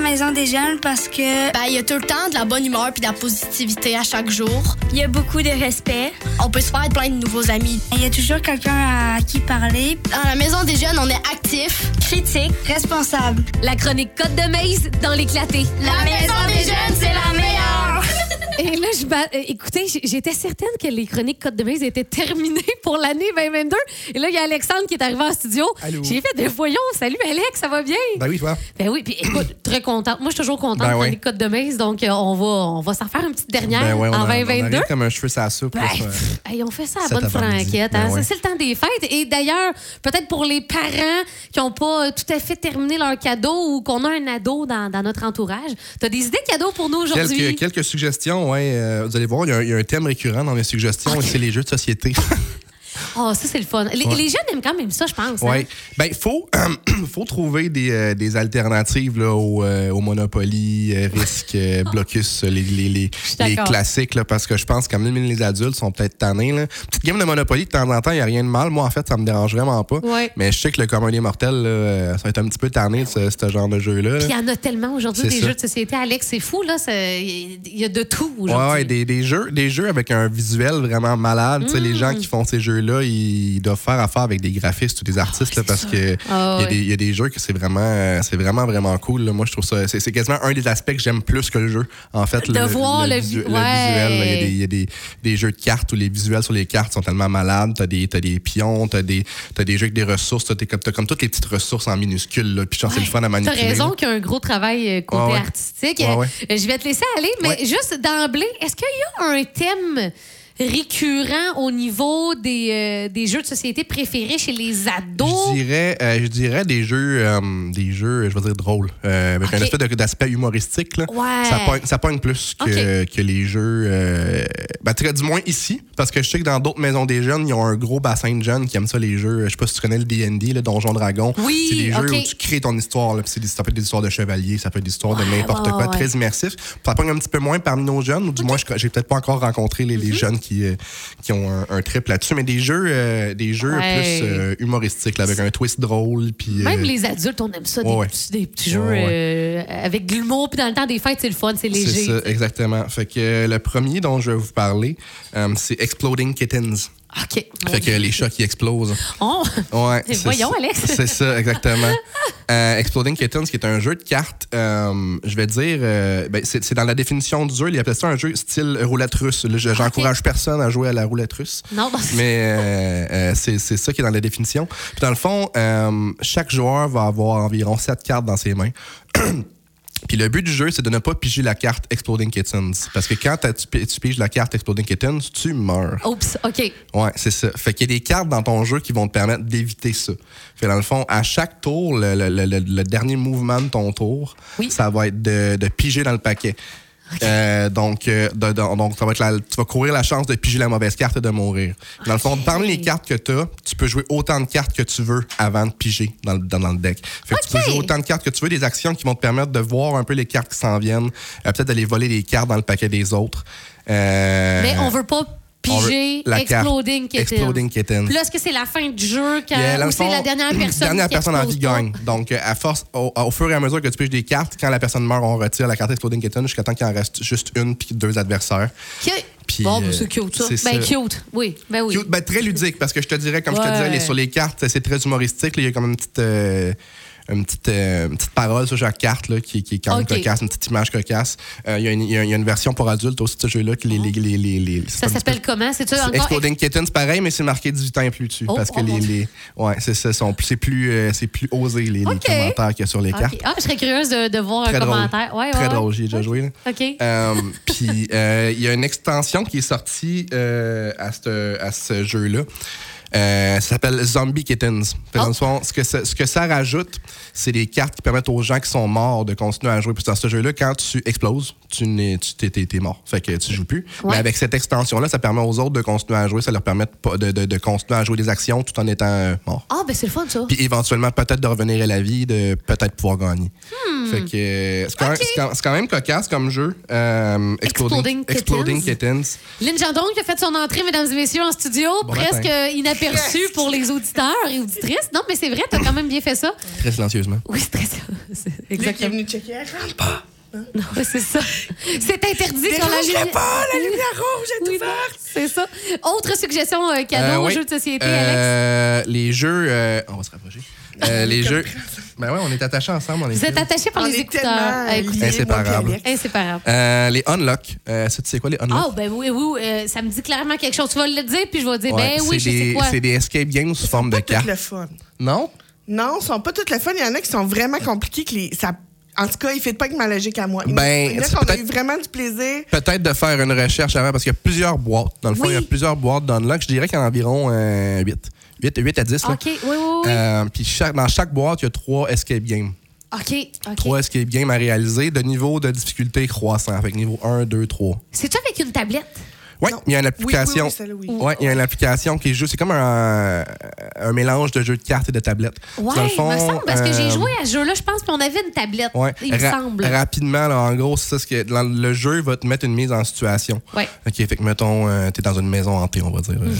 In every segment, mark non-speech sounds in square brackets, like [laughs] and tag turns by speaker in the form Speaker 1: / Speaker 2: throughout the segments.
Speaker 1: maison des jeunes parce que
Speaker 2: Ben, il y a tout le temps de la bonne humeur puis de la positivité à chaque jour.
Speaker 1: il y a beaucoup de respect.
Speaker 2: On peut se faire plein de nouveaux amis.
Speaker 1: Il y a toujours quelqu'un à qui parler.
Speaker 2: Dans la maison des jeunes, on est actif.
Speaker 1: Critique, responsable.
Speaker 3: La chronique Côte de Maze dans l'éclaté.
Speaker 2: La maison des jeunes, c'est la meilleure!
Speaker 3: Et là, je ba- euh, écoutez, j- j'étais certaine que les chroniques Côte de Maze étaient terminées [laughs] pour l'année 2022. Et là, il y a Alexandre qui est arrivé en studio.
Speaker 4: Allô.
Speaker 3: J'ai fait des voyons. Salut, Alex, ça va bien?
Speaker 4: Ben oui, toi.
Speaker 3: Ben oui, puis écoute, [coughs] très contente. Moi, je suis toujours contente
Speaker 4: Ben
Speaker 3: qu'on
Speaker 4: oui.
Speaker 3: les Côtes de Maze, donc euh, on va, on va s'en faire une petite dernière
Speaker 4: ben ouais, on
Speaker 3: en
Speaker 4: a- on
Speaker 3: 2022.
Speaker 4: arrive comme un cheveu sur la soupe.
Speaker 3: Ben,
Speaker 4: là,
Speaker 3: [laughs]
Speaker 4: ça-
Speaker 3: pff, hey, on fait ça à
Speaker 4: cet
Speaker 3: bonne
Speaker 4: après-midi.
Speaker 3: franquette.
Speaker 4: Ben
Speaker 3: hein.
Speaker 4: ouais.
Speaker 3: C'est c'est le temps des fêtes. Et d'ailleurs, peut-être pour les parents qui n'ont pas euh, tout à fait terminé leur cadeau ou qu'on a un ado dans, dans notre entourage, tu as des idées de cadeaux pour nous aujourd'hui?
Speaker 4: Quelques, quelques suggestions, ouais. euh, vous allez voir, il y a un- il y, a un thème récurrent dans mes suggestions, et c'est les jeux
Speaker 3: [laughs]
Speaker 4: de société.
Speaker 3: Oh, ça, c'est le fun. Les,
Speaker 4: Ouais.
Speaker 3: les jeunes aiment quand même ça, je pense. hein.
Speaker 4: ouais. Ben, faut, [clears throat] faut trouver des, euh, des alternatives là, au, euh, au Monopoly, euh,
Speaker 3: [laughs]
Speaker 4: Risque, euh, Blocus, euh, les, les, les, les
Speaker 3: d'accord.
Speaker 4: classiques, là, parce que je pense que même les adultes sont peut-être tannés. Là. Petite game de Monopoly, de temps en temps, il n'y a rien de mal. Moi, en fait, ça me dérange vraiment pas.
Speaker 3: Ouais.
Speaker 4: Mais je sais que le commun des mortels, là, euh, ça va être un petit peu tanné, ce, ce genre de jeu-là. là.
Speaker 3: Puis il y en a tellement aujourd'hui
Speaker 4: C'est
Speaker 3: des
Speaker 4: ça.
Speaker 3: jeux de société. Alex, c'est fou, là. ça- Il y a de tout
Speaker 4: Ouais,
Speaker 3: aujourd'hui.
Speaker 4: ouais, des, des jeux, des jeux avec un visuel vraiment malade. Tu sais, Les
Speaker 3: Mm.
Speaker 4: gens qui font ces jeux-là, ils doivent faire affaire avec des graphistes ou des artistes là, parce que
Speaker 3: Ah,
Speaker 4: il y a
Speaker 3: ouais.
Speaker 4: des- il y, a des jeux que c'est vraiment, euh, c'est vraiment, vraiment cool. là. Moi, je trouve ça. C'est c'est quasiment un des aspects que j'aime plus que le jeu. En fait,
Speaker 3: De voir le vi-
Speaker 4: visu-
Speaker 3: ouais.
Speaker 4: visuel. là. Il y a, des, il y a des- des jeux de cartes où les visuels sur les cartes sont tellement malades. T'as des, t'as des pions, t'as des, t'as des jeux avec des ressources. T'as des- t'as comme, toutes les petites ressources en minuscules. là. Puis genre, c'est le fun à
Speaker 3: T'as
Speaker 4: manipuler.
Speaker 3: raison
Speaker 4: là.
Speaker 3: qu'il y a un gros travail euh, côté
Speaker 4: Ah Ouais, ouais.
Speaker 3: artistique.
Speaker 4: Ouais, ouais.
Speaker 3: Euh, Je vais te laisser aller, mais
Speaker 4: Ouais.
Speaker 3: juste d'emblée, est-ce qu'il y a un thème récurrent au niveau des, euh, des jeux de société préférés chez les
Speaker 4: Je
Speaker 3: ados?
Speaker 4: dirais, euh, je dirais des jeux, euh, des jeux, je veux dire drôles, euh, avec un
Speaker 3: Ok.
Speaker 4: espèce de- d'aspect humoristique. Là.
Speaker 3: Ouais.
Speaker 4: Ça, pogne, ça pogne plus que, que les jeux, euh, ben, très- du moins ici, parce que je sais que dans d'autres maisons des jeunes, ils ont un gros bassin de jeunes qui aiment ça les jeux. Je sais pas si tu connais le D&D, le Donjon Dragon.
Speaker 3: Oui,
Speaker 4: c'est des jeux
Speaker 3: ok.
Speaker 4: où tu crées ton histoire. Là, puis c'est des- ça peut être des histoires de chevaliers, ça peut être des histoires de
Speaker 3: Ouais,
Speaker 4: n'importe
Speaker 3: ouais,
Speaker 4: quoi,
Speaker 3: ouais.
Speaker 4: très immersif. Ça pogne un petit peu moins parmi nos jeunes, ou du moins je- j'ai peut-être pas encore rencontré les, les
Speaker 3: Mm-hmm.
Speaker 4: jeunes qui, euh, qui ont un, un trip là-dessus, mais des jeux, euh, des jeux
Speaker 3: Ouais.
Speaker 4: plus. euh, euh, humoristique, là, avec un twist drôle. Puis, euh,
Speaker 3: Même les adultes, on aime ça, des,
Speaker 4: ouais, ouais.
Speaker 3: petits, des petits jeux
Speaker 4: Ouais,
Speaker 3: euh, avec de l'humour, puis dans le temps des fêtes, c'est le fun, c'est léger.
Speaker 4: C'est ça,
Speaker 3: tu sais.
Speaker 4: exactement. Fait que euh, le premier dont je vais vous parler, euh, c'est Exploding Kittens.
Speaker 3: OK.
Speaker 4: Fait que les chats qui explosent.
Speaker 3: Oh!
Speaker 4: Ouais,
Speaker 3: Et Oh,
Speaker 4: c'est
Speaker 3: voyons,
Speaker 4: ça.
Speaker 3: Alex.
Speaker 4: C'est ça,
Speaker 3: [laughs]
Speaker 4: exactement. Euh, Exploding Kittens, qui est un jeu de cartes, euh, je vais dire, euh, ben, c'est c'est dans la définition du jeu, il appelle ça un jeu style roulette russe. Là,
Speaker 3: Ah,
Speaker 4: je- J'encourage personne à jouer à la roulette russe.
Speaker 3: Non, non, c'est-
Speaker 4: [laughs] Mais euh, euh, c'est c'est ça qui est dans la définition. Puis dans le fond, euh, chaque joueur va avoir environ 7 cartes dans ses mains. [clears throat] Puis le but du jeu, c'est de ne pas piger la carte Exploding Kittens. Parce que quand t'as- tu pi- tu piges la carte Exploding Kittens, tu meurs.
Speaker 3: Oups, OK.
Speaker 4: Ouais, c'est ça. Fait qu'il y a des cartes dans ton jeu qui vont te permettre d'éviter ça. Fait dans le fond, à chaque tour, le, le- le- le- le dernier mouvement de ton tour,
Speaker 3: Oui.
Speaker 4: ça va être de, de piger dans le paquet. Euh, donc, euh, de- de- donc ça va être la- tu vas courir la chance de piger la mauvaise carte et de mourir. Dans le fond, parmi les cartes que tu as, tu peux jouer autant de cartes que tu veux avant de piger dans le, dans, dans le deck. Fait que tu
Speaker 3: Ok.
Speaker 4: peux jouer autant de cartes que tu veux, des actions qui vont te permettre de voir un peu les cartes qui s'en viennent, euh, peut-être d'aller voler des cartes dans le paquet des autres. Euh,
Speaker 3: Mais on veut pas
Speaker 4: on veut
Speaker 3: piger
Speaker 4: la carte
Speaker 3: Exploding Kittens.
Speaker 4: Exploding Kittens.
Speaker 3: Puis là, est-ce que c'est la fin du jeu quand,
Speaker 4: Yeah, dans
Speaker 3: ou
Speaker 4: le
Speaker 3: c'est
Speaker 4: fond,
Speaker 3: la dernière personne
Speaker 4: dernière
Speaker 3: qui
Speaker 4: personne en
Speaker 3: explose
Speaker 4: vie
Speaker 3: pas?
Speaker 4: gagne. Donc, euh, à force, au, au fur et à mesure que tu piges des cartes, quand la personne meurt, on retire la carte Exploding Kitten jusqu'à temps qu'il en reste juste une puis deux adversaires.
Speaker 3: OK.
Speaker 4: Puis,
Speaker 3: bon,
Speaker 4: euh,
Speaker 3: ben, c'est cute, ça.
Speaker 4: c'est
Speaker 3: Ben,
Speaker 4: ça.
Speaker 3: cute. Oui, ben oui.
Speaker 4: Cute, ben, très ludique, parce que je te dirais, comme je te
Speaker 3: Ouais.
Speaker 4: disais, les- sur les cartes, c'est très humoristique. là. Il y a comme une petite, euh, une petite, euh, une petite parole sur chaque carte là, qui, qui est quand même
Speaker 3: Ok.
Speaker 4: cocasse, une petite image cocasse. Euh, Il y, a une- il y a une- il y a une version pour adultes aussi de ce jeu-là. qui les- les- les- les- les-
Speaker 3: Ah. Ça
Speaker 4: c'est un petit
Speaker 3: s'appelle
Speaker 4: peu-
Speaker 3: comment? C'est-tu
Speaker 4: c'est
Speaker 3: encore...
Speaker 4: Exploding Kittens, pareil, mais c'est marqué 18 ans et plus dessus.
Speaker 3: Oh,
Speaker 4: parce que
Speaker 3: oh, mon
Speaker 4: les, les- ouais, c'est ça, sont- c'est plus, euh, c'est plus osé les, les
Speaker 3: Ok.
Speaker 4: commentaires qu'il y a sur les
Speaker 3: Ok.
Speaker 4: cartes.
Speaker 3: Ah, je serais curieuse de, de voir
Speaker 4: Très
Speaker 3: un
Speaker 4: drôle.
Speaker 3: commentaire. Ouais, ouais,
Speaker 4: Très
Speaker 3: ouais.
Speaker 4: drôle, j'y ai déjà joué. là.
Speaker 3: OK.
Speaker 4: Euh, Puis euh, il y a une extension qui est sortie euh, à, ce- à ce jeu-là. Euh, ça s'appelle Zombie Kittens. Fait dans le fond, ce, que ça, ce que ça rajoute, c'est des cartes qui permettent aux gens qui sont morts de continuer à jouer. Puis dans ce jeu-là, quand tu exploses, tu n'es, tu t'es, t'es- t'es mort. Fait que tu joues plus.
Speaker 3: Ouais.
Speaker 4: Mais avec cette extension-là, ça permet aux autres de continuer à jouer. Ça leur permet de pas- de, de- de continuer à jouer des actions tout en étant euh, mort.
Speaker 3: Ah, ben c'est le fun, ça.
Speaker 4: Puis éventuellement, peut-être de revenir à la vie, de peut-être pouvoir gagner.
Speaker 3: Hmm.
Speaker 4: Fait que euh, c'est quand, même- c'est quand- c'est quand même cocasse comme jeu. euh,
Speaker 3: Exploding
Speaker 4: Exploding
Speaker 3: Kittens.
Speaker 4: Kittens.
Speaker 3: Lynn Jandon qui a fait son entrée, mesdames et messieurs, en studio,
Speaker 4: Bon
Speaker 3: presque
Speaker 4: matin.
Speaker 3: euh, inaperçue aperçu pour les auditeurs et auditrices. Non, mais c'est vrai, t'as quand même bien fait ça.
Speaker 4: Très silencieusement.
Speaker 3: Oui, c'est très ça. [laughs] C'est
Speaker 5: Lui qui est
Speaker 3: Exactement.
Speaker 5: venu checker. Rentre pas!
Speaker 3: Non, c'est ça. C'est interdit quand la
Speaker 5: Dérangez
Speaker 3: lumière.
Speaker 5: pas! La lumière rouge est
Speaker 3: Oui, non,
Speaker 5: ouverte!
Speaker 3: c'est ça. Autre suggestion euh,
Speaker 4: Euh,
Speaker 3: cadeau aux
Speaker 4: oui.
Speaker 3: jeux de société, Alex.
Speaker 4: Euh, Les jeux. euh, on va se rapprocher.
Speaker 3: [laughs]
Speaker 4: Euh, les jeux. Ben ouais, on est attachés ensemble. On est
Speaker 3: Vous êtes
Speaker 4: cute.
Speaker 3: attachés par
Speaker 5: On
Speaker 3: les
Speaker 5: est
Speaker 3: écouteurs.
Speaker 4: Ah,
Speaker 5: tellement
Speaker 3: Hey, écoute- eh,
Speaker 5: liés,
Speaker 4: Inséparable.
Speaker 5: moi puis Alex.
Speaker 3: Inséparable.
Speaker 4: Euh, les unlock. Euh, ça, tu sais quoi, les unlock?
Speaker 3: Ah, ben oui, oui, euh, ça me dit clairement quelque chose. Tu vas le dire, puis je vais dire,
Speaker 4: Ouais,
Speaker 3: ben oui, je
Speaker 4: c'est
Speaker 3: sais
Speaker 4: des,
Speaker 3: quoi.
Speaker 4: c'est des escape games sous forme de
Speaker 5: Pas tout
Speaker 4: cartes.
Speaker 5: le fun.
Speaker 4: Non?
Speaker 5: Non, ils sont pas toutes les fun. Il y en a qui sont vraiment compliqués. Que les, ça, en tout cas, ils ne fit pas avec ma logique à moi.
Speaker 4: Ben,
Speaker 5: il y en a
Speaker 4: c'est
Speaker 5: qu'on a
Speaker 4: peut-être-
Speaker 5: eu vraiment du plaisir.
Speaker 4: Peut-être de faire une recherche avant parce qu'il y a plusieurs boîtes. Dans le fond,
Speaker 3: Oui.
Speaker 4: il y a plusieurs boîtes d'unlock. Je dirais qu'il y en a environ euh, 8. 8. à 10. là.
Speaker 3: OK, oui, oui, oui.
Speaker 4: Euh, puis chaque- dans chaque boîte, il y a trois escape games.
Speaker 3: OK, OK.
Speaker 4: Trois escape games à réaliser de niveau de difficulté croissant. Avec niveau 1, 2, 3.
Speaker 3: C'est-tu avec une tablette?
Speaker 4: Oui,
Speaker 5: Non.
Speaker 4: il y a une
Speaker 5: Oui, oui,
Speaker 4: application.
Speaker 5: oui, celle-là, oui.
Speaker 4: Ouais, il y a une application qui joue. C'est comme un, un mélange de jeux de cartes et de tablettes.
Speaker 3: Ouais,
Speaker 4: Dans le fond,
Speaker 3: me semble, parce que j'ai
Speaker 4: euh,
Speaker 3: joué à ce jeu-là, je pense, puis on avait une tablette,
Speaker 4: Ouais.
Speaker 3: il me
Speaker 4: Ra-
Speaker 3: semble.
Speaker 4: Rapidement, là, en gros, c'est ça, ce que dans le jeu va te mettre une mise en situation.
Speaker 3: Ouais. Mhm.
Speaker 4: OK, fait que, mettons, euh, t'es dans une maison hantée, on va dire. euh,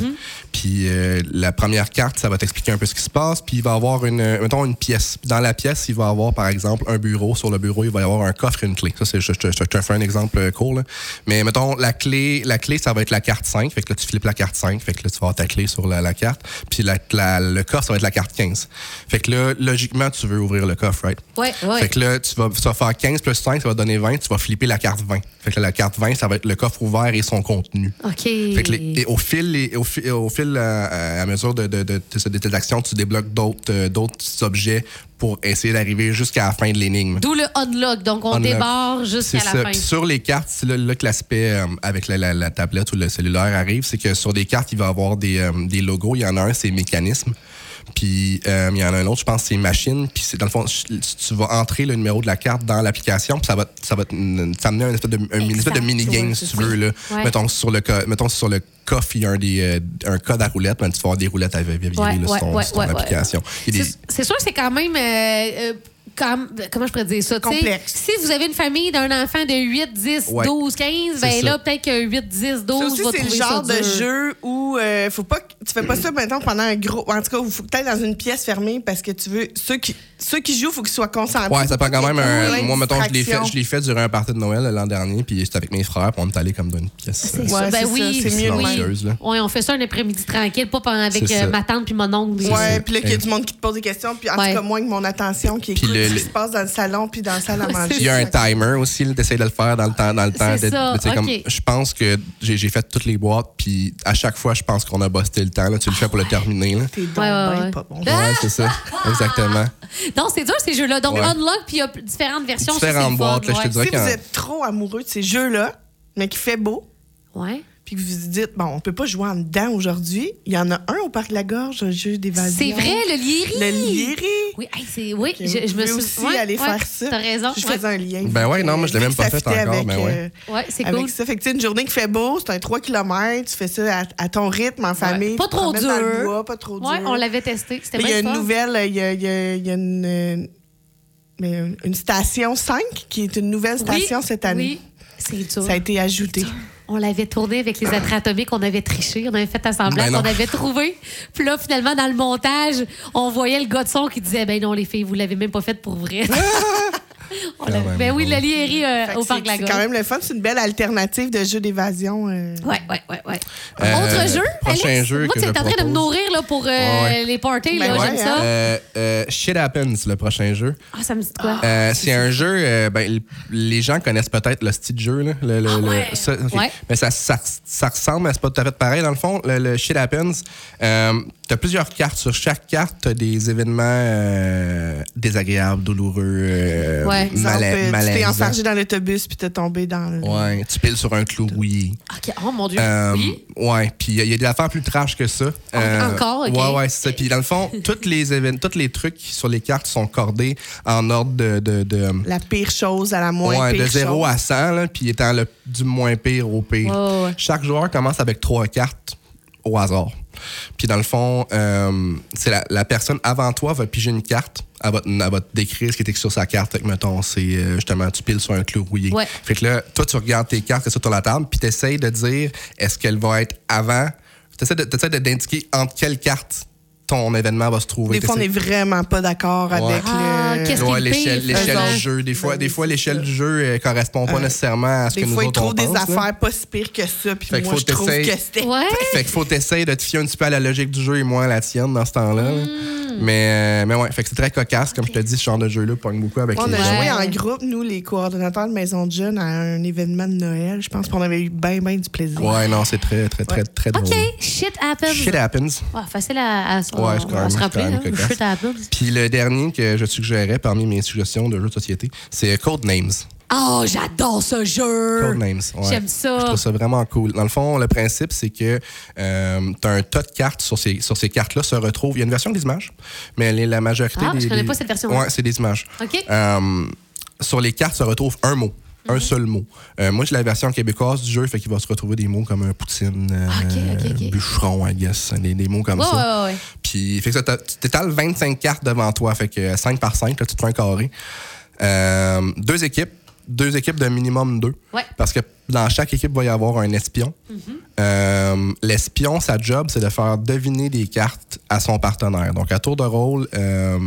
Speaker 4: Puis euh, la première carte, ça va t'expliquer un peu ce qui se passe. Puis il va y avoir, une, euh, mettons, une pièce. Dans la pièce, il va y avoir, par exemple, un bureau. Sur le bureau, il va y avoir un coffre et une clé. Ça, c'est, je, je- je te fais un exemple euh, court. là. Mais mettons, la clé, la clé, ça va être la carte 5. Fait que là, tu flippes la carte 5. Fait que là, tu vas avoir ta clé sur la, la carte. Puis la- la- le coffre, ça va être la carte 15. Fait que là, logiquement, tu veux ouvrir le coffre, right?
Speaker 3: Ouais, ouais.
Speaker 4: Fait que là, tu vas, tu vas faire 15 plus 5, ça va donner 20, tu vas flipper la carte 20. Fait que là, la carte 20, ça va être le coffre ouvert et son contenu.
Speaker 3: OK.
Speaker 4: Fait que les- et au fil, et au fi- au fil euh, euh, à, mesure de, de, de, de- de tes actions, tu débloques d'autres euh, d'autres objets pour essayer d'arriver jusqu'à la fin de l'énigme.
Speaker 3: D'où le unlock, donc on
Speaker 4: Unlock.
Speaker 3: débarre
Speaker 4: C'est
Speaker 3: jusqu'à la
Speaker 4: ça.
Speaker 3: fin.
Speaker 4: Puis sur les cartes, c'est là, là que l'aspect euh, avec la, la- la tablette ou le cellulaire arrive, c'est que sur des cartes, il va y avoir des, euh, des logos. Il y en a un, c'est mécanisme. Puis euh, il y en a un autre, je pense, c'est machine. Puis c'est dans le fond, ch- tu vas entrer le numéro de la carte dans l'application, puis ça va, ça va te- t'amener à une espèce de, un- une
Speaker 3: Exact,
Speaker 4: espèce de mini-game,
Speaker 3: ouais,
Speaker 4: si tu
Speaker 3: c'est ça.
Speaker 4: veux. Là.
Speaker 3: Ouais.
Speaker 4: Mettons, sur le, co- mettons, sur le coffre, il y a un, des, euh, un code à roulette, ben, tu vas avoir des roulettes à virer
Speaker 3: Ouais,
Speaker 4: là, sur
Speaker 3: ouais,
Speaker 4: ton,
Speaker 3: ouais,
Speaker 4: sur ton
Speaker 3: ouais, ouais.
Speaker 4: application. Il y a des-
Speaker 3: C'est- C'est sûr, c'est quand même. euh, euh, comme- comment je pourrais dire ça? tu sais,
Speaker 5: Complexe.
Speaker 3: Si vous avez une famille d'un enfant de 8, 10,
Speaker 4: Ouais.
Speaker 3: 12, 15,
Speaker 4: C'est
Speaker 3: ben
Speaker 4: ça.
Speaker 3: là, peut-être que 8, 10,
Speaker 5: Ça
Speaker 3: 12
Speaker 5: aussi,
Speaker 3: va
Speaker 5: c'est
Speaker 3: trouver
Speaker 5: le
Speaker 3: ça
Speaker 5: genre de
Speaker 3: dur.
Speaker 5: jeu où euh, faut pas que- tu fais pas ça maintenant pendant un gros. En tout cas, il faut peut-être dans une pièce fermée parce que tu veux. Ceux qui, ceux qui jouent, faut qu'ils soient concentrés.
Speaker 4: Ouais, ça prend quand même
Speaker 5: Oui,
Speaker 4: un.
Speaker 5: une
Speaker 4: Moi, mettons, je l'ai fait,
Speaker 5: distraction.
Speaker 4: je l'ai fait durant un party de Noël l'an dernier, puis j'étais avec mes frères, puis on est allé comme dans une pièce. euh,
Speaker 3: C'est sûr,
Speaker 5: Ouais,
Speaker 3: ben
Speaker 5: c'est
Speaker 3: oui,
Speaker 5: ça, c'est
Speaker 3: oui.
Speaker 5: mieux de même.
Speaker 4: silencieuse, là.
Speaker 3: Ouais, on fait ça un après-midi tranquille, pas pendant avec
Speaker 4: C'est ça.
Speaker 3: euh, ma tante puis mon oncle.
Speaker 5: Ouais,
Speaker 4: ça.
Speaker 5: puis là, qu'il y a du monde qui te pose des questions, puis en
Speaker 3: Ouais.
Speaker 5: tout cas, moi, avec mon attention qui
Speaker 4: Puis
Speaker 5: écoute
Speaker 4: le-
Speaker 5: ce
Speaker 4: le-
Speaker 5: qui se passe dans le salon, puis dans
Speaker 4: [laughs]
Speaker 5: la salle à manger.
Speaker 4: Il y a un timer aussi, là, t'essayes de le faire dans le temps, dans le temps.
Speaker 3: C'est
Speaker 4: de-
Speaker 3: ça,
Speaker 4: de- tu sais, comme-
Speaker 3: ok.
Speaker 4: je pense que j'ai j'ai fait toutes les boîtes, puis à chaque fois, je pense qu'on a busté le temps. Là, tu le fais pour le terminer. Là.
Speaker 5: T'es donc
Speaker 3: Ouais, ouais,
Speaker 5: ben
Speaker 3: ouais.
Speaker 5: pas bon.
Speaker 4: Ouais, c'est ça, exactement.
Speaker 3: Non, c'est dur ces jeux-là. Donc,
Speaker 4: Ouais.
Speaker 3: Unlock, puis il y a p- différentes versions. ça,
Speaker 4: Différentes
Speaker 3: c'est le fun,
Speaker 4: boîtes, là, je te
Speaker 3: ouais.
Speaker 4: dirais
Speaker 5: Si
Speaker 4: qu'en-
Speaker 5: vous êtes trop amoureux de ces jeux-là, mais qui fait beau,
Speaker 3: Ouais.
Speaker 5: puis que vous vous dites, bon, on peut pas jouer en dedans aujourd'hui, il y en a un au Parc de la Gorge, un jeu d'évasion.
Speaker 3: C'est vrai, le liéri.
Speaker 5: Le liéri.
Speaker 3: Oui, hey, c'est, oui
Speaker 5: Que
Speaker 3: je, je
Speaker 5: vous
Speaker 3: me
Speaker 5: pouvez
Speaker 3: suis
Speaker 5: aussi
Speaker 3: ouais,
Speaker 5: aller
Speaker 3: ouais,
Speaker 5: faire ça.
Speaker 3: T'as raison.
Speaker 5: Je
Speaker 3: ouais.
Speaker 5: faisais un lien.
Speaker 4: Ben ouais, non, moi, je l'ai
Speaker 5: Vu
Speaker 4: même
Speaker 5: que
Speaker 4: pas
Speaker 5: ça
Speaker 4: fait
Speaker 5: fitait
Speaker 4: encore,
Speaker 5: avec,
Speaker 4: mais ouais.
Speaker 5: euh,
Speaker 3: Ouais, c'est
Speaker 5: avec
Speaker 3: cool.
Speaker 5: ça. Fait que, tu sais, une journée qui fait beau, c'est un 3 km, tu fais ça à, à ton rythme, en famille.
Speaker 3: Pas
Speaker 5: tu te
Speaker 3: trop
Speaker 5: promènes dans le
Speaker 3: dur.
Speaker 5: bois, pas trop dur.
Speaker 3: Ouais, on l'avait testé. C'était
Speaker 5: Puis Il y
Speaker 3: bien
Speaker 5: a une
Speaker 3: fun.
Speaker 5: nouvelle, euh, il y a, il y a- il y a une, euh, mais une- une station 5 qui est une nouvelle
Speaker 3: Oui,
Speaker 5: station cette année.
Speaker 3: Oui, c'est dur.
Speaker 5: Ça a été ajouté.
Speaker 3: On l'avait tourné avec les attraits atomiques, on avait triché, on avait fait un semblant,
Speaker 4: Ben non.
Speaker 3: on avait trouvé. Puis là, finalement, dans le montage, on voyait le gars de son qui disait Ben non, les filles, vous l'avez même pas fait pour
Speaker 4: [laughs]
Speaker 3: vrai. On l'a-
Speaker 4: même,
Speaker 3: ben oui,
Speaker 4: bon.
Speaker 3: le liéri euh,
Speaker 5: Fait que
Speaker 3: au
Speaker 5: c'est-
Speaker 3: parc de la
Speaker 5: C'est
Speaker 3: Gorge.
Speaker 5: quand même le fun, c'est une belle alternative de jeu d'évasion. euh.
Speaker 3: Ouais, ouais, ouais, ouais.
Speaker 4: Euh,
Speaker 3: Autre jeu,
Speaker 4: prochain
Speaker 3: Alex?
Speaker 4: jeu
Speaker 3: Moi,
Speaker 4: que
Speaker 3: tu es
Speaker 4: je
Speaker 3: en train de me
Speaker 4: propose.
Speaker 3: nourrir là, pour euh,
Speaker 4: Ouais, ouais.
Speaker 3: les parties,
Speaker 5: Ben
Speaker 3: là,
Speaker 5: ouais,
Speaker 3: j'aime ça. Ah,
Speaker 5: hein.
Speaker 4: Euh, euh, Shit Happens, le prochain jeu.
Speaker 3: ça me dit de quoi?
Speaker 4: Euh, c'est un jeu, euh, ben, l- les gens connaissent peut-être le style de jeu. Là, le, le- le-
Speaker 3: Ah, ouais.
Speaker 4: ça, ok.
Speaker 3: Ouais.
Speaker 4: Mais ça, ça, ça ressemble, mais c'est pas tout à fait pareil dans le fond. Le, le Shit Happens, euh, t'as plusieurs cartes. Sur chaque carte, t'as des événements euh, désagréables, douloureux, euh,
Speaker 3: Ouais.
Speaker 5: Exemple,
Speaker 4: mala-
Speaker 5: euh, tu t'es
Speaker 4: malaisants.
Speaker 5: enfargé dans l'autobus puis t'es tombé dans le.
Speaker 4: Ouais, tu piles sur un clou oui.
Speaker 3: OK, oh mon Dieu.
Speaker 4: Euh,
Speaker 3: oui.
Speaker 4: Ouais, puis il y a- il y a des affaires plus trash que ça. Euh,
Speaker 3: encore, ok.
Speaker 4: Ouais, ouais, c'est ça. Puis dans
Speaker 3: [laughs]
Speaker 4: le fond, tous les événements, tous les trucs sur les cartes sont cordés en ordre de- de- de
Speaker 5: La pire chose à la moins
Speaker 4: Ouais,
Speaker 5: pire
Speaker 4: de 0
Speaker 5: chose.
Speaker 4: à 100, là, puis étant le, du moins pire au pire.
Speaker 3: Ouais, ouais.
Speaker 4: Chaque joueur commence avec trois cartes au hasard. Puis dans le fond, euh, c'est la, la personne avant toi va piger une carte. Elle va, te- elle va te décrire ce qui est écrit sur sa carte. Fait que, mettons, c'est euh, justement, tu piles sur un clou rouillé.
Speaker 3: Ouais.
Speaker 4: Fait que là, toi, tu regardes tes cartes qui sont sur la table, puis tu essayes de dire est-ce qu'elle va être avant, T'essaies de- t'essaies de- d'indiquer entre quelles cartes ton événement va se trouver.
Speaker 5: Des fois, on
Speaker 4: T'essaies-
Speaker 5: est vraiment pas d'accord avec
Speaker 3: Ah,
Speaker 5: le.
Speaker 3: qu'est-ce-
Speaker 4: Ouais,
Speaker 3: qu'ils
Speaker 4: l'échelle
Speaker 3: payent,
Speaker 4: l'échelle du
Speaker 5: eux autres.
Speaker 4: jeu. Des fois, des fois l'échelle
Speaker 5: Ouais.
Speaker 4: du jeu ne correspond pas
Speaker 5: Ben, Ouais.
Speaker 4: nécessairement à ce
Speaker 5: Des
Speaker 4: que nous
Speaker 5: fois, ils
Speaker 4: autres on
Speaker 5: trouvent des
Speaker 4: pense. là.
Speaker 5: affaires pas si pires que ça. Puis
Speaker 4: Fait qu'il
Speaker 5: moi,
Speaker 4: faut
Speaker 5: je trouve
Speaker 4: t'essayer.
Speaker 5: que c'était.
Speaker 3: Ouais.
Speaker 4: Fait qu'il faut essayer de te fier un petit peu à la logique du jeu et moins à la tienne dans ce temps-là. là.
Speaker 3: Hmm.
Speaker 4: Mais, euh, mais ouais, fait que c'est très cocasse. Comme je te dis, ce genre de jeu-là pogne beaucoup avec
Speaker 5: On
Speaker 4: les
Speaker 5: a
Speaker 3: ben
Speaker 4: gens.
Speaker 5: joué en groupe, nous, les coordonnateurs de Maison de Jeunes, à un événement de Noël. Je pense qu'on avait eu bien, bien du plaisir.
Speaker 4: Ouais, non, c'est très, très, très, très drôle.
Speaker 3: OK, shit happens.
Speaker 4: Shit happens.
Speaker 3: Ouais, facile à, à,
Speaker 4: Ouais, c'est quand
Speaker 3: à
Speaker 4: même-
Speaker 3: se rappeler.
Speaker 4: quand même
Speaker 3: hein,
Speaker 4: cocasse.
Speaker 3: shit happens.
Speaker 4: Puis le dernier que je suggérais parmi mes suggestions de jeux de société, c'est Codenames. ah,
Speaker 3: Oh, j'adore ce jeu!
Speaker 4: Codenames, ouais.
Speaker 3: J'aime ça.
Speaker 4: Je trouve ça vraiment cool. Dans le fond, le principe, c'est que tu as un tas de cartes. Sur ces, sur ces cartes-là se retrouvent. Il y a une version des images, mais les- la majorité
Speaker 3: Ah,
Speaker 4: des.
Speaker 3: je connais
Speaker 4: des-
Speaker 3: pas cette version-là.
Speaker 4: Ouais, c'est des images.
Speaker 3: OK. Mhm.
Speaker 4: Euh, sur les cartes se retrouve un mot. Un seul mot. Euh, moi, j'ai la version québécoise du jeu, fait qu'il va se retrouver des mots comme un poutine, euh,
Speaker 3: Ah, ok, ok.
Speaker 4: bûcheron, I guess, des, des mots comme
Speaker 3: Ouais,
Speaker 4: ça.
Speaker 3: ouais, ouais.
Speaker 4: Puis, fait que ça, t'as- tu t'étales 25 cartes devant toi. Fait que 5 par 5, là, tu te fais un carré. Euh, deux équipes. Deux équipes de minimum deux.
Speaker 3: Ouais. Mm-hmm.
Speaker 4: Parce que dans chaque équipe, il va y avoir un espion. Euh, L'espion, sa job, c'est de faire deviner des cartes à son partenaire. Donc, à tour de rôle, euh,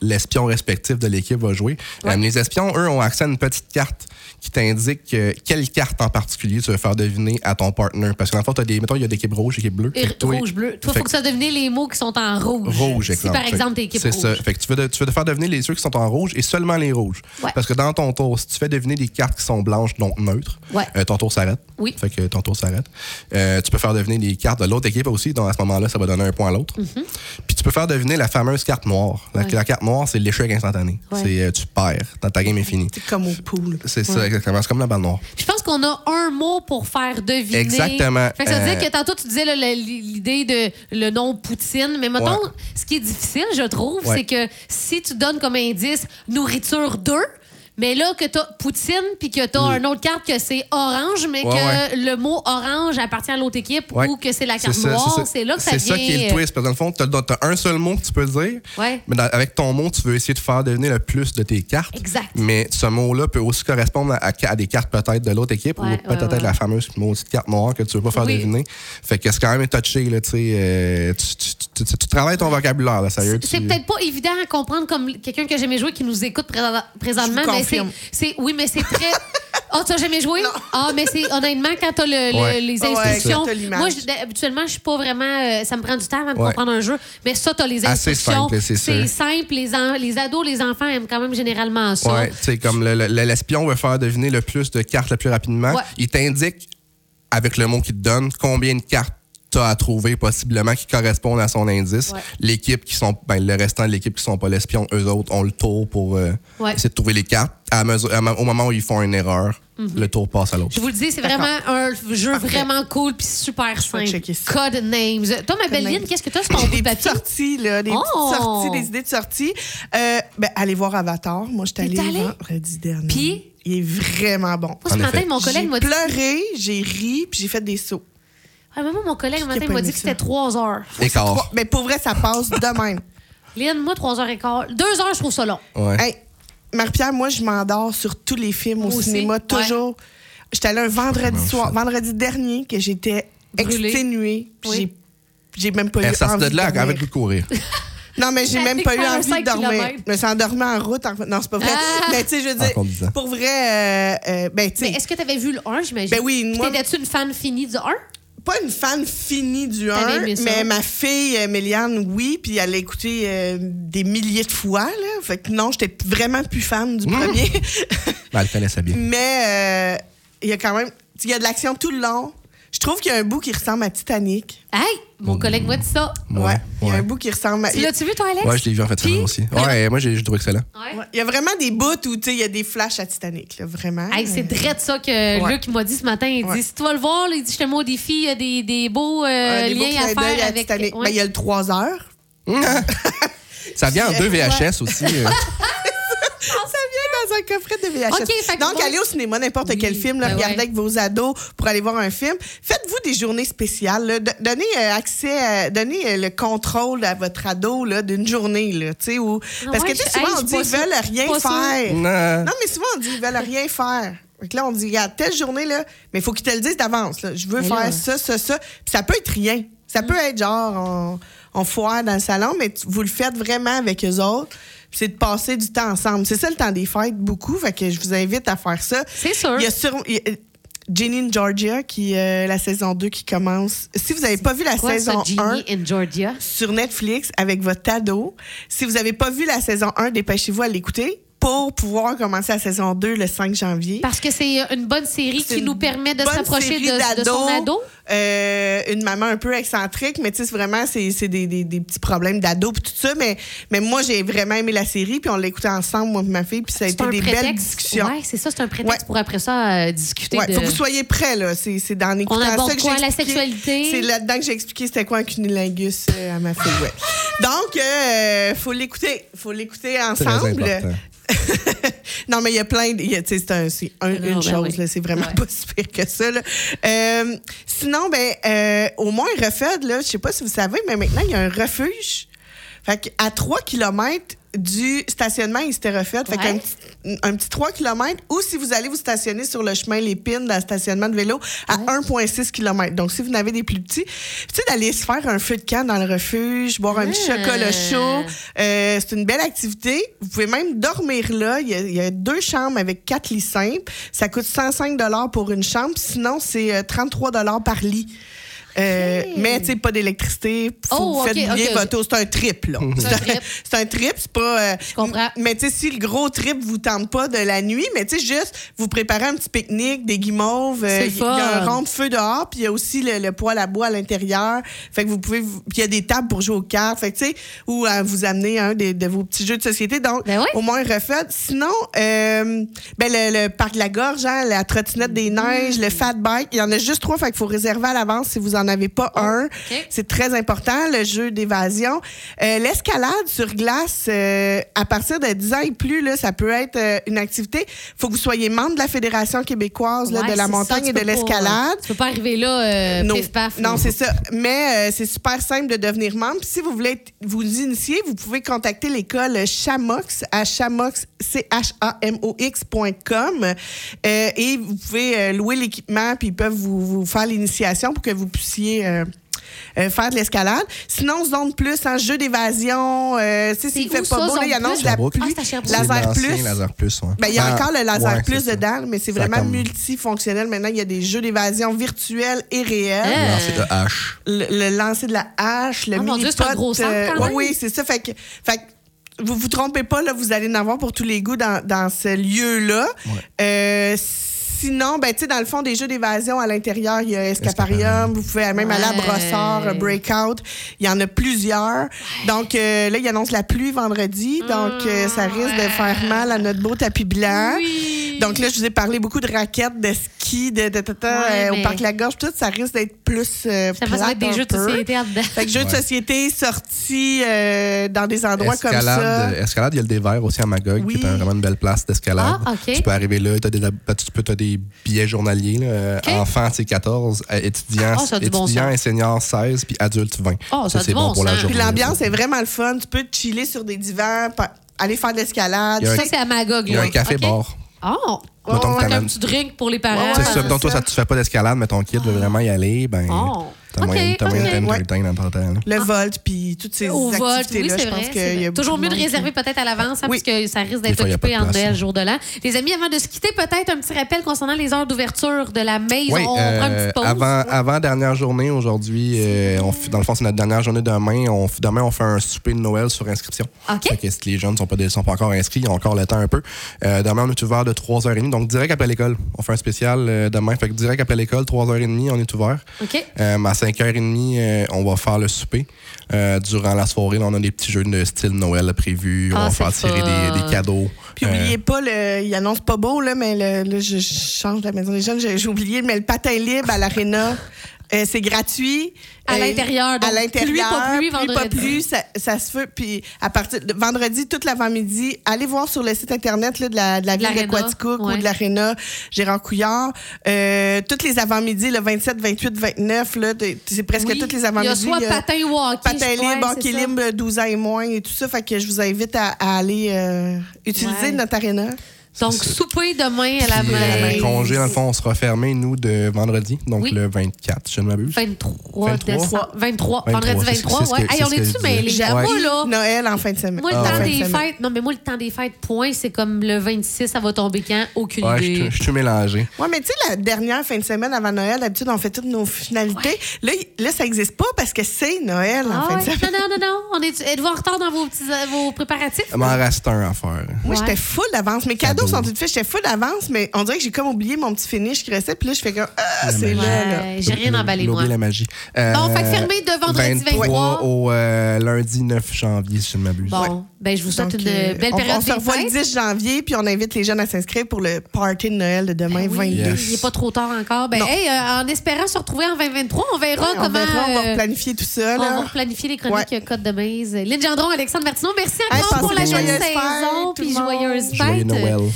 Speaker 4: l'espion respectif de l'équipe va jouer. Euh, les espions, eux, ont accès à une petite carte qui t'indique euh, quelle carte en particulier tu veux faire deviner à ton partner. Parce que dans le fond, t'as des, mettons, il y a des équipes rouges, équipes bleues.
Speaker 3: Et
Speaker 4: Fait que toi-
Speaker 3: rouge, bleu. Toi, il
Speaker 4: Fait
Speaker 3: faut que ça devine les mots qui sont en rouge.
Speaker 4: Rouge,
Speaker 3: Si,
Speaker 4: exemple.
Speaker 3: par exemple,
Speaker 4: Fait-
Speaker 3: t'es équipe
Speaker 4: C'est
Speaker 3: rouge.
Speaker 4: ça. Fait que tu veux, de- tu veux de faire devenir les ceux qui sont en rouge et seulement les rouges.
Speaker 3: Ouais.
Speaker 4: Parce que dans ton tour, si tu fais deviner des cartes qui sont blanches, donc neutres,
Speaker 3: Ouais.
Speaker 4: euh, ton tour s'arrête.
Speaker 3: Oui.
Speaker 4: Fait que ton tour s'arrête. Euh, tu peux faire deviner les cartes de l'autre équipe aussi, donc à ce moment-là, ça va donner un point à l'autre.
Speaker 3: Mhm.
Speaker 4: Puis tu peux faire deviner la fameuse carte noire. La, la carte noire, c'est l'échec instantané.
Speaker 3: Ouais.
Speaker 4: C'est euh, tu perds. Ta, ta game est finie.
Speaker 5: C'est comme au pool.
Speaker 4: C'est ça, exactement. C'est comme la balle noire.
Speaker 3: Je pense qu'on a un mot pour faire deviner.
Speaker 4: Exactement.
Speaker 3: Fait que ça veut
Speaker 4: Euh,
Speaker 3: dire que tantôt, tu disais là, le- l'idée de le nom Poutine, mais mettons,
Speaker 4: Ouais.
Speaker 3: ce qui est difficile, je trouve,
Speaker 4: Ouais.
Speaker 3: c'est que si tu donnes comme indice nourriture 2, mais là que t'as Poutine, puis que t'as une autre carte que c'est orange, mais
Speaker 4: Mm. Ouais,
Speaker 3: que le mot orange appartient à l'autre équipe
Speaker 4: Ouais.
Speaker 3: ou que c'est la carte
Speaker 4: ça,
Speaker 3: noire,
Speaker 4: ça.
Speaker 3: c'est là que ça vient. euh,
Speaker 4: C'est ça qui est le twist. Parce que dans le fond, t'as as un seul mot que tu peux dire.
Speaker 3: Ouais.
Speaker 4: Mais dans- avec ton mot, tu veux essayer de faire devenir le plus de tes cartes.
Speaker 3: Exact.
Speaker 4: Mais ce mot-là peut aussi correspondre à, à des cartes peut-être de l'autre équipe
Speaker 3: Ouais,
Speaker 4: ou
Speaker 3: ouais,
Speaker 4: peut-être
Speaker 3: ouais.
Speaker 4: la fameuse maudite carte noire que tu veux pas faire
Speaker 3: Oui.
Speaker 4: deviner. Fait que c'est quand même touché, là, tu sais. euh, tu, tu- tu- tu- tu travailles ton vocabulaire, là, sérieux.
Speaker 3: C'est
Speaker 4: tu-
Speaker 3: peut-être pas évident à comprendre comme quelqu'un que jamais joué qui nous écoute présent- présentement,
Speaker 5: Je vous
Speaker 3: mais c'est,
Speaker 5: confirme.
Speaker 3: c'est- oui, mais c'est
Speaker 5: [laughs]
Speaker 3: très. Ah, tu t'as jamais joué? Ah, mais c'est honnêtement, quand t'as le, le-
Speaker 4: Ouais.
Speaker 3: les
Speaker 5: Ouais,
Speaker 3: instructions.
Speaker 5: quand t'as l'image.
Speaker 3: moi, je- habituellement, je suis pas vraiment. euh, ça me prend du temps avant de
Speaker 4: Ouais.
Speaker 3: comprendre un jeu, mais ça, t'as les
Speaker 4: Assez
Speaker 3: instructions.
Speaker 4: simple, c'est sûr.
Speaker 3: simple. Les, en- les ados, les enfants aiment quand même généralement ça.
Speaker 4: Ouais, tu sais, comme le- le- l'espion veut faire deviner le plus de cartes le plus rapidement,
Speaker 3: Ouais.
Speaker 4: il t'indique, avec le mot qu'il te donne, combien de cartes t'as à trouver possiblement qui correspondent à son indice.
Speaker 3: Ouais.
Speaker 4: L'équipe qui sont, ben, le restant de l'équipe qui sont pas l'espion, eux autres ont le tour pour euh,
Speaker 3: Ouais.
Speaker 4: essayer de trouver les cartes. À mesure- à ma- au moment où ils font une erreur,
Speaker 5: Mm-hmm.
Speaker 4: le tour passe à l'autre.
Speaker 3: Je vous le dis, c'est vraiment un jeu vraiment cool puis super
Speaker 5: vais
Speaker 3: simple.
Speaker 5: checker ça.
Speaker 3: Code Names. Toi, ma belle
Speaker 5: Names.
Speaker 3: Lynn, qu'est-ce que t'as
Speaker 5: [laughs]
Speaker 3: sur ton
Speaker 5: J'ai
Speaker 3: bout de
Speaker 5: des petites
Speaker 3: papier?
Speaker 5: sorties, là, des
Speaker 3: Oh!
Speaker 5: petites sorties, des idées de sorties. Euh, ben, allez voir Avatar. Moi, j'étais allée
Speaker 3: T'es allée?
Speaker 5: vendredi dernier.
Speaker 3: Puis?
Speaker 5: Il est vraiment bon.
Speaker 3: Moi, ce
Speaker 4: En
Speaker 3: matin,
Speaker 4: effet.
Speaker 3: mon collègue
Speaker 5: J'ai
Speaker 3: m'a dit
Speaker 5: pleuré, j'ai ri, puis j'ai fait des sauts.
Speaker 3: Ah, mais moi, mon collègue, le
Speaker 5: Qui a
Speaker 3: matin,
Speaker 5: pas
Speaker 3: m'a
Speaker 5: aimé
Speaker 3: dit que
Speaker 5: ça?
Speaker 3: c'était 3 heures.
Speaker 4: Écart.
Speaker 5: Trois- Mais ben, pour vrai, ça passe de même.
Speaker 3: Lynn, moi, 3 heures et quart. 2 heures, je trouve ça long.
Speaker 4: [laughs] Ouais.
Speaker 5: Hey, Marie-Pierre, moi, je m'endors sur tous les films au
Speaker 3: Moi aussi.
Speaker 5: cinéma,
Speaker 3: Ouais.
Speaker 5: toujours. J'étais allée un vendredi soir, vendredi dernier, que j'étais
Speaker 3: Brûlée.
Speaker 5: exténuée. puis
Speaker 3: Oui.
Speaker 5: j'ai- J'ai même pas
Speaker 4: Eh,
Speaker 5: eu
Speaker 4: ça se
Speaker 5: envie
Speaker 4: donne
Speaker 5: de
Speaker 4: là
Speaker 5: dormir.
Speaker 4: avec vous
Speaker 5: [laughs]
Speaker 4: courir.
Speaker 5: Non, mais j'ai
Speaker 3: Ça
Speaker 5: même
Speaker 3: fait
Speaker 5: pas eu
Speaker 3: faire
Speaker 5: envie
Speaker 3: cinq
Speaker 5: de dormir.
Speaker 3: kilomètres.
Speaker 5: Je me suis endormie en route. en revenant- Non, c'est pas vrai.
Speaker 3: Ah!
Speaker 5: Mais tu sais, je veux
Speaker 4: En conduisant.
Speaker 5: dire, pour vrai, euh, euh, ben, tu
Speaker 3: Mais
Speaker 5: sais,
Speaker 3: est-ce que tu avais vu le 1, j'imagine?
Speaker 5: Ben oui,
Speaker 3: Puis
Speaker 5: moi-
Speaker 3: T'étais-tu une fan finie du 1?
Speaker 5: pas une fan finie du
Speaker 3: T'avais
Speaker 5: 1,
Speaker 3: aimé ça.
Speaker 5: mais ma fille, euh, Méliane, oui, puis elle l'a écouté euh, des milliers de fois, là. Fait que non, j'étais vraiment plus fan
Speaker 4: Mmh.
Speaker 5: du premier. [laughs]
Speaker 4: Ben, elle connaissait bien.
Speaker 5: mais euh, il y a quand même, il y a de l'action tout le long. Je trouve qu'il y a un bout qui ressemble à Titanic.
Speaker 3: Hey, mon collègue m'a dit ça.
Speaker 4: Ouais,
Speaker 5: Il y a
Speaker 4: ouais.
Speaker 5: un bout qui ressemble à.
Speaker 3: Tu L'as-tu vu, toi, Alex?
Speaker 4: Ouais, je l'ai vu en fait
Speaker 3: Puis-
Speaker 4: aussi. Ouais, moi j'ai j'ai trouvé excellent.
Speaker 3: Ouais.
Speaker 5: Ouais. Il y a vraiment des bouts où, tu sais, il y a des flashs à Titanic, là, vraiment.
Speaker 3: Hey, c'est drette ça que
Speaker 5: Ouais.
Speaker 3: Luc m'a dit ce matin. Il
Speaker 5: Ouais.
Speaker 3: dit si tu vas le voir, là, il dit je te mets au défi, il y a des, des beaux euh,
Speaker 5: Euh, des beaux
Speaker 3: liens à
Speaker 5: clins d'œil
Speaker 3: faire
Speaker 5: à
Speaker 3: avec.
Speaker 5: Titanic. Ben,
Speaker 3: Ouais.
Speaker 5: il y a le 3 [laughs] heures.
Speaker 4: Ça vient en
Speaker 5: [laughs]
Speaker 4: deux VHS aussi. euh.
Speaker 5: Ça vient dans un coffret de VHS.
Speaker 3: Ok, fait que
Speaker 5: Donc,
Speaker 3: bon-
Speaker 5: allez au cinéma, n'importe quel film, là,
Speaker 3: ben
Speaker 5: regardez
Speaker 3: ouais.
Speaker 5: avec vos ados pour aller voir un film. Faites-vous des journées spéciales. là. Do- Donnez euh, accès, à- donnez euh, le contrôle à votre ado là, d'une journée. Là, tu sais, où-
Speaker 3: Ah
Speaker 5: Parce
Speaker 3: ouais,
Speaker 5: que tu sais,
Speaker 3: je- hey,
Speaker 5: souvent,
Speaker 3: je
Speaker 5: on
Speaker 3: suis
Speaker 5: dit
Speaker 3: pas
Speaker 5: ils veulent
Speaker 3: sûre.
Speaker 5: rien
Speaker 3: Pas sûre.
Speaker 5: faire.
Speaker 4: Non.
Speaker 5: Non, mais souvent, on dit ils veulent rien faire. Fait que là, on dit, regarde, telle journée, là, mais il faut qu'ils te le disent d'avance. là. Je veux
Speaker 3: Mais
Speaker 5: faire
Speaker 3: là, Mm.
Speaker 5: ça, ça, ça. Puis ça peut être rien. Ça peut être genre, on, on foire dans le salon, mais tu- vous le faites vraiment avec eux autres. Puis C'est de passer du temps ensemble. C'est ça le temps des fêtes, beaucoup. Fait que je vous invite à faire ça.
Speaker 3: C'est sûr.
Speaker 5: Il y a sur- il y a- Ginny in Georgia, qui, euh, la saison 2 qui commence. Si vous n'avez pas vu la
Speaker 3: Quoi,
Speaker 5: saison
Speaker 3: ça, Ginny
Speaker 5: 1,
Speaker 3: in Georgia?
Speaker 5: sur Netflix avec votre ado. Si vous n'avez pas vu la saison 1, dépêchez-vous à l'écouter pour pouvoir commencer la saison 2 le 5 janvier.
Speaker 3: Parce que c'est euh, une bonne série
Speaker 5: C'est
Speaker 3: qui
Speaker 5: une
Speaker 3: nous permet de
Speaker 5: bonne
Speaker 3: s'approcher
Speaker 5: série
Speaker 3: de, de son
Speaker 5: d'ados,
Speaker 3: ado.
Speaker 5: euh, une maman un peu excentrique, mais tu sais, c'est vraiment, c'est c'est des, des- des petits problèmes d'ado puis tout ça. Mais, mais moi, j'ai vraiment aimé la série, puis on l'a écouté ensemble, moi et ma fille, puis ça a
Speaker 3: C'est
Speaker 5: été
Speaker 3: un
Speaker 5: des belles
Speaker 3: prétexte.
Speaker 5: discussions.
Speaker 3: Ouais, c'est ça, c'est un prétexte
Speaker 5: Ouais.
Speaker 3: pour après ça euh, discuter
Speaker 5: Ouais,
Speaker 3: de.
Speaker 5: faut que vous soyez prêts, là. C'est c'est dans
Speaker 3: On
Speaker 5: l'écoutant
Speaker 3: aborde
Speaker 5: ça que j'ai
Speaker 3: quoi la
Speaker 5: expliqué.
Speaker 3: sexualité?
Speaker 5: C'est là-dedans que j'ai expliqué c'était quoi un cunilingus euh, à ma fille,
Speaker 3: [laughs]
Speaker 5: ouais. Donc, euh, faut l'écouter. Faut l'écouter
Speaker 4: Très
Speaker 5: ensemble.
Speaker 4: important.
Speaker 5: [laughs] non, mais il y a plein de. il y a- tu sais, C'est un- c'est un-
Speaker 3: Non,
Speaker 5: une
Speaker 3: ben
Speaker 5: chose,
Speaker 3: oui.
Speaker 5: là. C'est vraiment
Speaker 3: Ouais.
Speaker 5: pas si pire que ça, là. Euh, sinon, ben, euh, au moins, Refed, là, je sais pas si vous savez, mais maintenant, il y a un refuge. Fait que à 3 km du stationnement Istérofed,
Speaker 3: Ouais.
Speaker 5: fait qu'un petit- un petit 3 km, ou si vous allez vous stationner sur le chemin Lépine dans le stationnement de vélo à 1,6 km. Donc, si vous n'avez des plus petits, tu sais, d'aller se faire un feu de camp dans le refuge, boire un petit
Speaker 3: Ah.
Speaker 5: chocolat chaud, euh, c'est une belle activité. Vous pouvez même dormir là. Il y a, il y a deux chambres avec quatre lits simples. Ça coûte 105 pour une chambre. Sinon, c'est euh, 33 par lit. Euh, Mais, tu sais, pas d'électricité. Faut
Speaker 3: Oh,
Speaker 5: que vous
Speaker 3: ok,
Speaker 5: faites
Speaker 3: ok,
Speaker 5: bien
Speaker 3: ok.
Speaker 5: votre auto. C'est un trip, là.
Speaker 3: C'est un trip.
Speaker 5: [laughs] C'est un trip. C'est pas. euh,
Speaker 3: comprends.
Speaker 5: m- Mais, tu sais, si le gros trip vous tente pas de la nuit, mais, tu sais, juste vous préparez un petit pique-nique, des guimauves. euh,
Speaker 3: C'est
Speaker 5: Il y a un
Speaker 3: fun.
Speaker 5: rond de feu dehors, puis il y a aussi le, le poêle à bois à l'intérieur. Fait que vous pouvez. vous- Puis il y a des tables pour jouer aux cartes. Fait que, tu sais, ou à vous amener un des- de, vos petits jeux de société. Donc,
Speaker 3: Ben oui.
Speaker 5: au moins, refait. Sinon, euh, ben, le, le parc de la gorge, hein, la trottinette des
Speaker 3: Mm-hmm.
Speaker 5: neiges, le fat bike. Il y en a juste trois. Fait qu'il faut réserver à l'avance si vous en avez pas un.
Speaker 3: Oh, OK.
Speaker 5: C'est très important, le jeu d'évasion. Euh, L'escalade sur glace, euh, à partir de 10 ans et plus, là, ça peut être euh, une activité. faut que vous soyez membre de la Fédération québécoise là,
Speaker 3: Ouais,
Speaker 5: de la
Speaker 3: c'est ça,
Speaker 5: montagne
Speaker 3: tu
Speaker 5: et de
Speaker 3: peux pas,
Speaker 5: l'escalade.
Speaker 3: euh, Tu peux pas arriver là, euh,
Speaker 5: Non,
Speaker 3: pif paf.
Speaker 5: non, c'est ça. Mais euh, c'est super simple de devenir membre. Puis si vous voulez être- vous initier, vous pouvez contacter l'école Chamox à chamox, c h a m o x.com Euh, et vous pouvez euh, louer l'équipement puis ils peuvent vous, vous faire l'initiation pour que vous puissiez euh, euh, faire de l'escalade. Sinon, zone plus, en jeu d'évasion, euh, tu sais, s'il
Speaker 3: C'est
Speaker 5: fait
Speaker 3: où ça,
Speaker 5: pas beau, là,
Speaker 3: zone
Speaker 5: il annonce
Speaker 3: plus?
Speaker 5: la
Speaker 4: Sherbrooke?
Speaker 5: pluie,
Speaker 3: Ah, c'est à Sherbrooke.
Speaker 5: laser
Speaker 4: C'est l'ancien
Speaker 5: plus.
Speaker 4: Laser Plus, ouais.
Speaker 5: Ben, il y a
Speaker 4: Ah,
Speaker 5: encore le laser
Speaker 4: ouais,
Speaker 5: plus
Speaker 4: c'est ça.
Speaker 5: dedans, mais c'est
Speaker 4: Ça
Speaker 5: vraiment
Speaker 4: comme-
Speaker 5: multifonctionnel. Maintenant, il y a des jeux d'évasion virtuelle et réelle.
Speaker 3: Hein?
Speaker 4: Le lancer de hache.
Speaker 5: Le, le lancer de la hache, le
Speaker 3: Ah, mon Dieu, c'est un
Speaker 5: mini-pot, euh,
Speaker 3: gros centre, quand même.
Speaker 5: oui, c'est ça. Fait que, fait que vous vous trompez pas, là, vous allez en avoir pour tous les goûts dans, dans ce lieu-là. Euh, sinon, ben, tu sais, dans le fond, des jeux d'évasion à l'intérieur, il y a Escaparium,
Speaker 4: Escaparium.
Speaker 5: vous pouvez même aller à
Speaker 3: Ouais.
Speaker 5: Brossard, euh, Breakout. Il y en a plusieurs. Donc, euh, là, il annonce la pluie vendredi. Donc, euh, ça risque de faire mal à notre beau tapis blanc.
Speaker 3: Mm, Oui.
Speaker 5: Donc là, je vous ai parlé beaucoup de raquettes, de ski, de, de, de- de-
Speaker 3: Ouais,
Speaker 5: euh, au
Speaker 3: mais-
Speaker 5: parc La Gorge, tout ça risque d'être plus euh,
Speaker 3: Ça va ça va
Speaker 5: plate
Speaker 3: être
Speaker 5: un
Speaker 3: des jeux de
Speaker 5: peu.
Speaker 3: société là-dedans.
Speaker 5: Fait que jeux de
Speaker 4: Ouais.
Speaker 5: société sortis euh, dans des endroits
Speaker 4: Escalade,
Speaker 5: comme ça.
Speaker 4: euh, escalade, il y a le dévers aussi à Magog,
Speaker 5: Oui.
Speaker 4: qui est un- vraiment une belle place d'escalade.
Speaker 3: Ah, ok.
Speaker 4: Tu peux arriver là, t'as des, tu peux, t'as des billets journaliers. là, euh,
Speaker 3: Ok.
Speaker 4: Enfants, c'est 14, euh, étudiants,
Speaker 3: Ah, ça a du bon
Speaker 4: étudiants
Speaker 3: sens.
Speaker 4: et seniors, 16, puis adultes, 20.
Speaker 3: Ah, ça a du
Speaker 4: c'est bon,
Speaker 3: bon
Speaker 4: pour la
Speaker 3: sens.
Speaker 4: journée.
Speaker 5: Puis l'ambiance est vraiment le fun. Tu peux te chiller sur des divans, pa- aller faire de l'escalade.
Speaker 4: Il y a un-
Speaker 3: Ça,
Speaker 5: Tu sais,
Speaker 3: c'est à Magog.
Speaker 4: Il y a
Speaker 3: là.
Speaker 4: un café
Speaker 3: OK. Ah,
Speaker 4: bar.
Speaker 3: Oh!
Speaker 4: Mettons
Speaker 3: Fait
Speaker 4: que
Speaker 3: qu'un
Speaker 4: t'amènes-
Speaker 3: petit drink pour les parents. euh,
Speaker 5: Ouais,
Speaker 4: Tu sais,
Speaker 5: ouais,
Speaker 4: si, mettons,
Speaker 5: c'est
Speaker 4: toi,
Speaker 5: ça.
Speaker 4: ça, tu fais pas d'escalade, mais ton kid veut vraiment y aller, ben.
Speaker 3: Oh.
Speaker 4: T'as moyen
Speaker 3: Ok,
Speaker 4: t'as moyen
Speaker 3: ok.
Speaker 4: de t'aimer
Speaker 5: Ouais.
Speaker 4: tout le temps dans ton temps. là.
Speaker 5: le volt, puis toutes ces
Speaker 3: Ah. Au vol, oui,
Speaker 5: activités-là,
Speaker 3: c'est
Speaker 5: je pense
Speaker 3: vrai.
Speaker 5: qu'il
Speaker 3: c'est
Speaker 5: y a
Speaker 3: vrai. Toujours
Speaker 5: beaucoup
Speaker 3: mieux de
Speaker 5: monde qui-
Speaker 3: réserver peut-être à l'avance, hein, parce
Speaker 5: Oui.
Speaker 3: que ça risque
Speaker 4: Des
Speaker 3: d'être
Speaker 4: fois, il y a
Speaker 3: occupé
Speaker 4: pas de
Speaker 3: en
Speaker 4: place,
Speaker 3: Noël,
Speaker 4: hein.
Speaker 3: jour de l'an. Les amis, avant de se quitter, peut-être un petit rappel concernant les heures d'ouverture de la maison.
Speaker 4: Oui,
Speaker 3: on
Speaker 4: euh,
Speaker 3: prend une petite pause.
Speaker 4: avant, avant dernière journée aujourd'hui, euh, on fait- dans le fond, c'est notre dernière journée demain. On, fait- demain, on fait un souper de Noël sur inscription.
Speaker 3: OK.
Speaker 4: Fait que si les jeunes ne sont pas, des- sont pas encore inscrits, ils ont encore le temps un peu. Euh, demain, on est ouvert de 3h30, donc direct après l'école. On fait un spécial euh, demain. Fait que direct après l'école, 3h30, on est ouvert.
Speaker 3: OK.
Speaker 4: Euh, à 5h30, euh, on va faire le souper. Euh, durant la soirée, là, on a des petits jeux de style Noël prévus.
Speaker 3: Ah,
Speaker 4: on va
Speaker 3: c'est
Speaker 4: faire tirer
Speaker 3: fun.
Speaker 4: des, des cadeaux.
Speaker 5: Puis
Speaker 4: Euh,
Speaker 5: oubliez pas, le, il annonce pas beau, là, mais le, là, je je change la maison des jeunes, j'ai j'ai oublié, mais le patin libre à l'aréna, euh, c'est gratuit.
Speaker 3: À
Speaker 5: Euh,
Speaker 3: l'intérieur, donc
Speaker 5: À l'intérieur.
Speaker 3: pluie, pas pluie,
Speaker 5: pas
Speaker 3: vendredi.
Speaker 5: pluie, ça, ça se fait. Puis à partir de vendredi, toute l'avant-midi, allez voir sur le site Internet là, de, la, de la ville de
Speaker 3: L'Arena,
Speaker 5: Quaticook
Speaker 3: ouais.
Speaker 5: ou de l'Arena Gérard Couillard. Euh, toutes les avant-midi, le 27, 28, 29, là, de- c'est presque
Speaker 3: Oui.
Speaker 5: toutes les avant-midi.
Speaker 3: Il y a soit
Speaker 5: il y a-
Speaker 3: patin ou hockey.
Speaker 5: Patin
Speaker 3: je- ouais,
Speaker 5: libre,
Speaker 3: c'est
Speaker 5: hockey
Speaker 3: ça.
Speaker 5: libre, 12 ans et moins et tout ça. Fait que je vous invite à, à aller euh, utiliser
Speaker 3: Ouais.
Speaker 5: notre aréna.
Speaker 3: Donc,
Speaker 4: C'est ça.
Speaker 3: souper demain à la
Speaker 4: Puis, euh,
Speaker 3: main.
Speaker 4: congé, dans le fond, on sera fermé, nous, de vendredi, donc
Speaker 3: Oui.
Speaker 4: le 24, si je ne m'abuse.
Speaker 3: 23,
Speaker 4: 23.
Speaker 3: décembre. 23.
Speaker 4: 23,
Speaker 3: Vendredi
Speaker 4: c'est ce que- c'est
Speaker 3: 23,
Speaker 4: ce
Speaker 3: ouais.
Speaker 4: que-
Speaker 3: Hey,
Speaker 4: c'est
Speaker 3: on
Speaker 4: ce que
Speaker 3: est-tu
Speaker 4: je
Speaker 3: mêlés?
Speaker 4: disais.
Speaker 3: là?
Speaker 4: Ouais.
Speaker 3: Moi, là.
Speaker 5: Noël en fin de semaine.
Speaker 3: Moi, le
Speaker 5: En
Speaker 3: temps
Speaker 5: fin de
Speaker 3: des
Speaker 5: semaine.
Speaker 3: fêtes. Non, mais moi, le temps des fêtes, point, c'est comme le 26, ça va tomber quand? Aucune
Speaker 4: Ouais, je
Speaker 3: idée.
Speaker 4: suis- je suis mélangé.
Speaker 5: Ouais, mais tu sais, la dernière fin de semaine avant Noël, d'habitude, on fait toutes nos finalités. Là, y- là, ça n'existe pas parce que c'est Noël en
Speaker 3: Ah
Speaker 5: fin de
Speaker 3: ouais.
Speaker 5: semaine.
Speaker 3: [laughs] Non, non, non, non. On est, êtes-vous en retard dans vos, petits, euh, vos préparatifs?
Speaker 4: Il m'en reste un à faire.
Speaker 3: Ouais.
Speaker 5: Moi, j'étais full d'avance. Mes
Speaker 4: Cadeau.
Speaker 5: cadeaux sont tout faits. J'étais full d'avance, mais on dirait que j'ai comme oublié mon petit finish qui restait. Puis là, je fais comme, ah, c'est là, là.
Speaker 3: Ouais, Ben, j'ai rien
Speaker 4: J'ai
Speaker 3: emballé, moi.
Speaker 4: oublié la magie. Euh,
Speaker 3: Bon, fait que fermé de vendredi 23.
Speaker 4: au euh, lundi 9 janvier, si je ne m'abuse.
Speaker 3: Bon, ben, je vous souhaite
Speaker 5: Donc,
Speaker 3: une
Speaker 5: euh,
Speaker 3: belle
Speaker 5: on-
Speaker 3: période
Speaker 5: On, se
Speaker 3: des
Speaker 5: revoit le
Speaker 3: fêtes.
Speaker 5: 10 janvier, puis on invite les jeunes à s'inscrire pour le party de Noël de demain,
Speaker 3: Ben oui,
Speaker 5: 22.
Speaker 4: Yes.
Speaker 3: Il n'est pas trop tard encore. Ben,
Speaker 5: Non.
Speaker 3: hey, euh, en espérant se retrouver en 2023, on verra
Speaker 5: Ouais, on
Speaker 3: comment.
Speaker 5: verra, on va
Speaker 3: euh,
Speaker 5: planifier tout ça.
Speaker 3: On
Speaker 5: là.
Speaker 3: va planifier les chroniques euh, Côte de Maze. Lynn Gendron, Alexandre Martineau, merci
Speaker 5: Hey,
Speaker 3: encore pour la
Speaker 5: passez
Speaker 3: nouvelle
Speaker 5: des joyeuses
Speaker 3: saison.
Speaker 5: fêtes,
Speaker 3: Puis
Speaker 5: tout le monde.
Speaker 3: joyeuse
Speaker 4: Joyeux
Speaker 3: fête.
Speaker 4: Noël.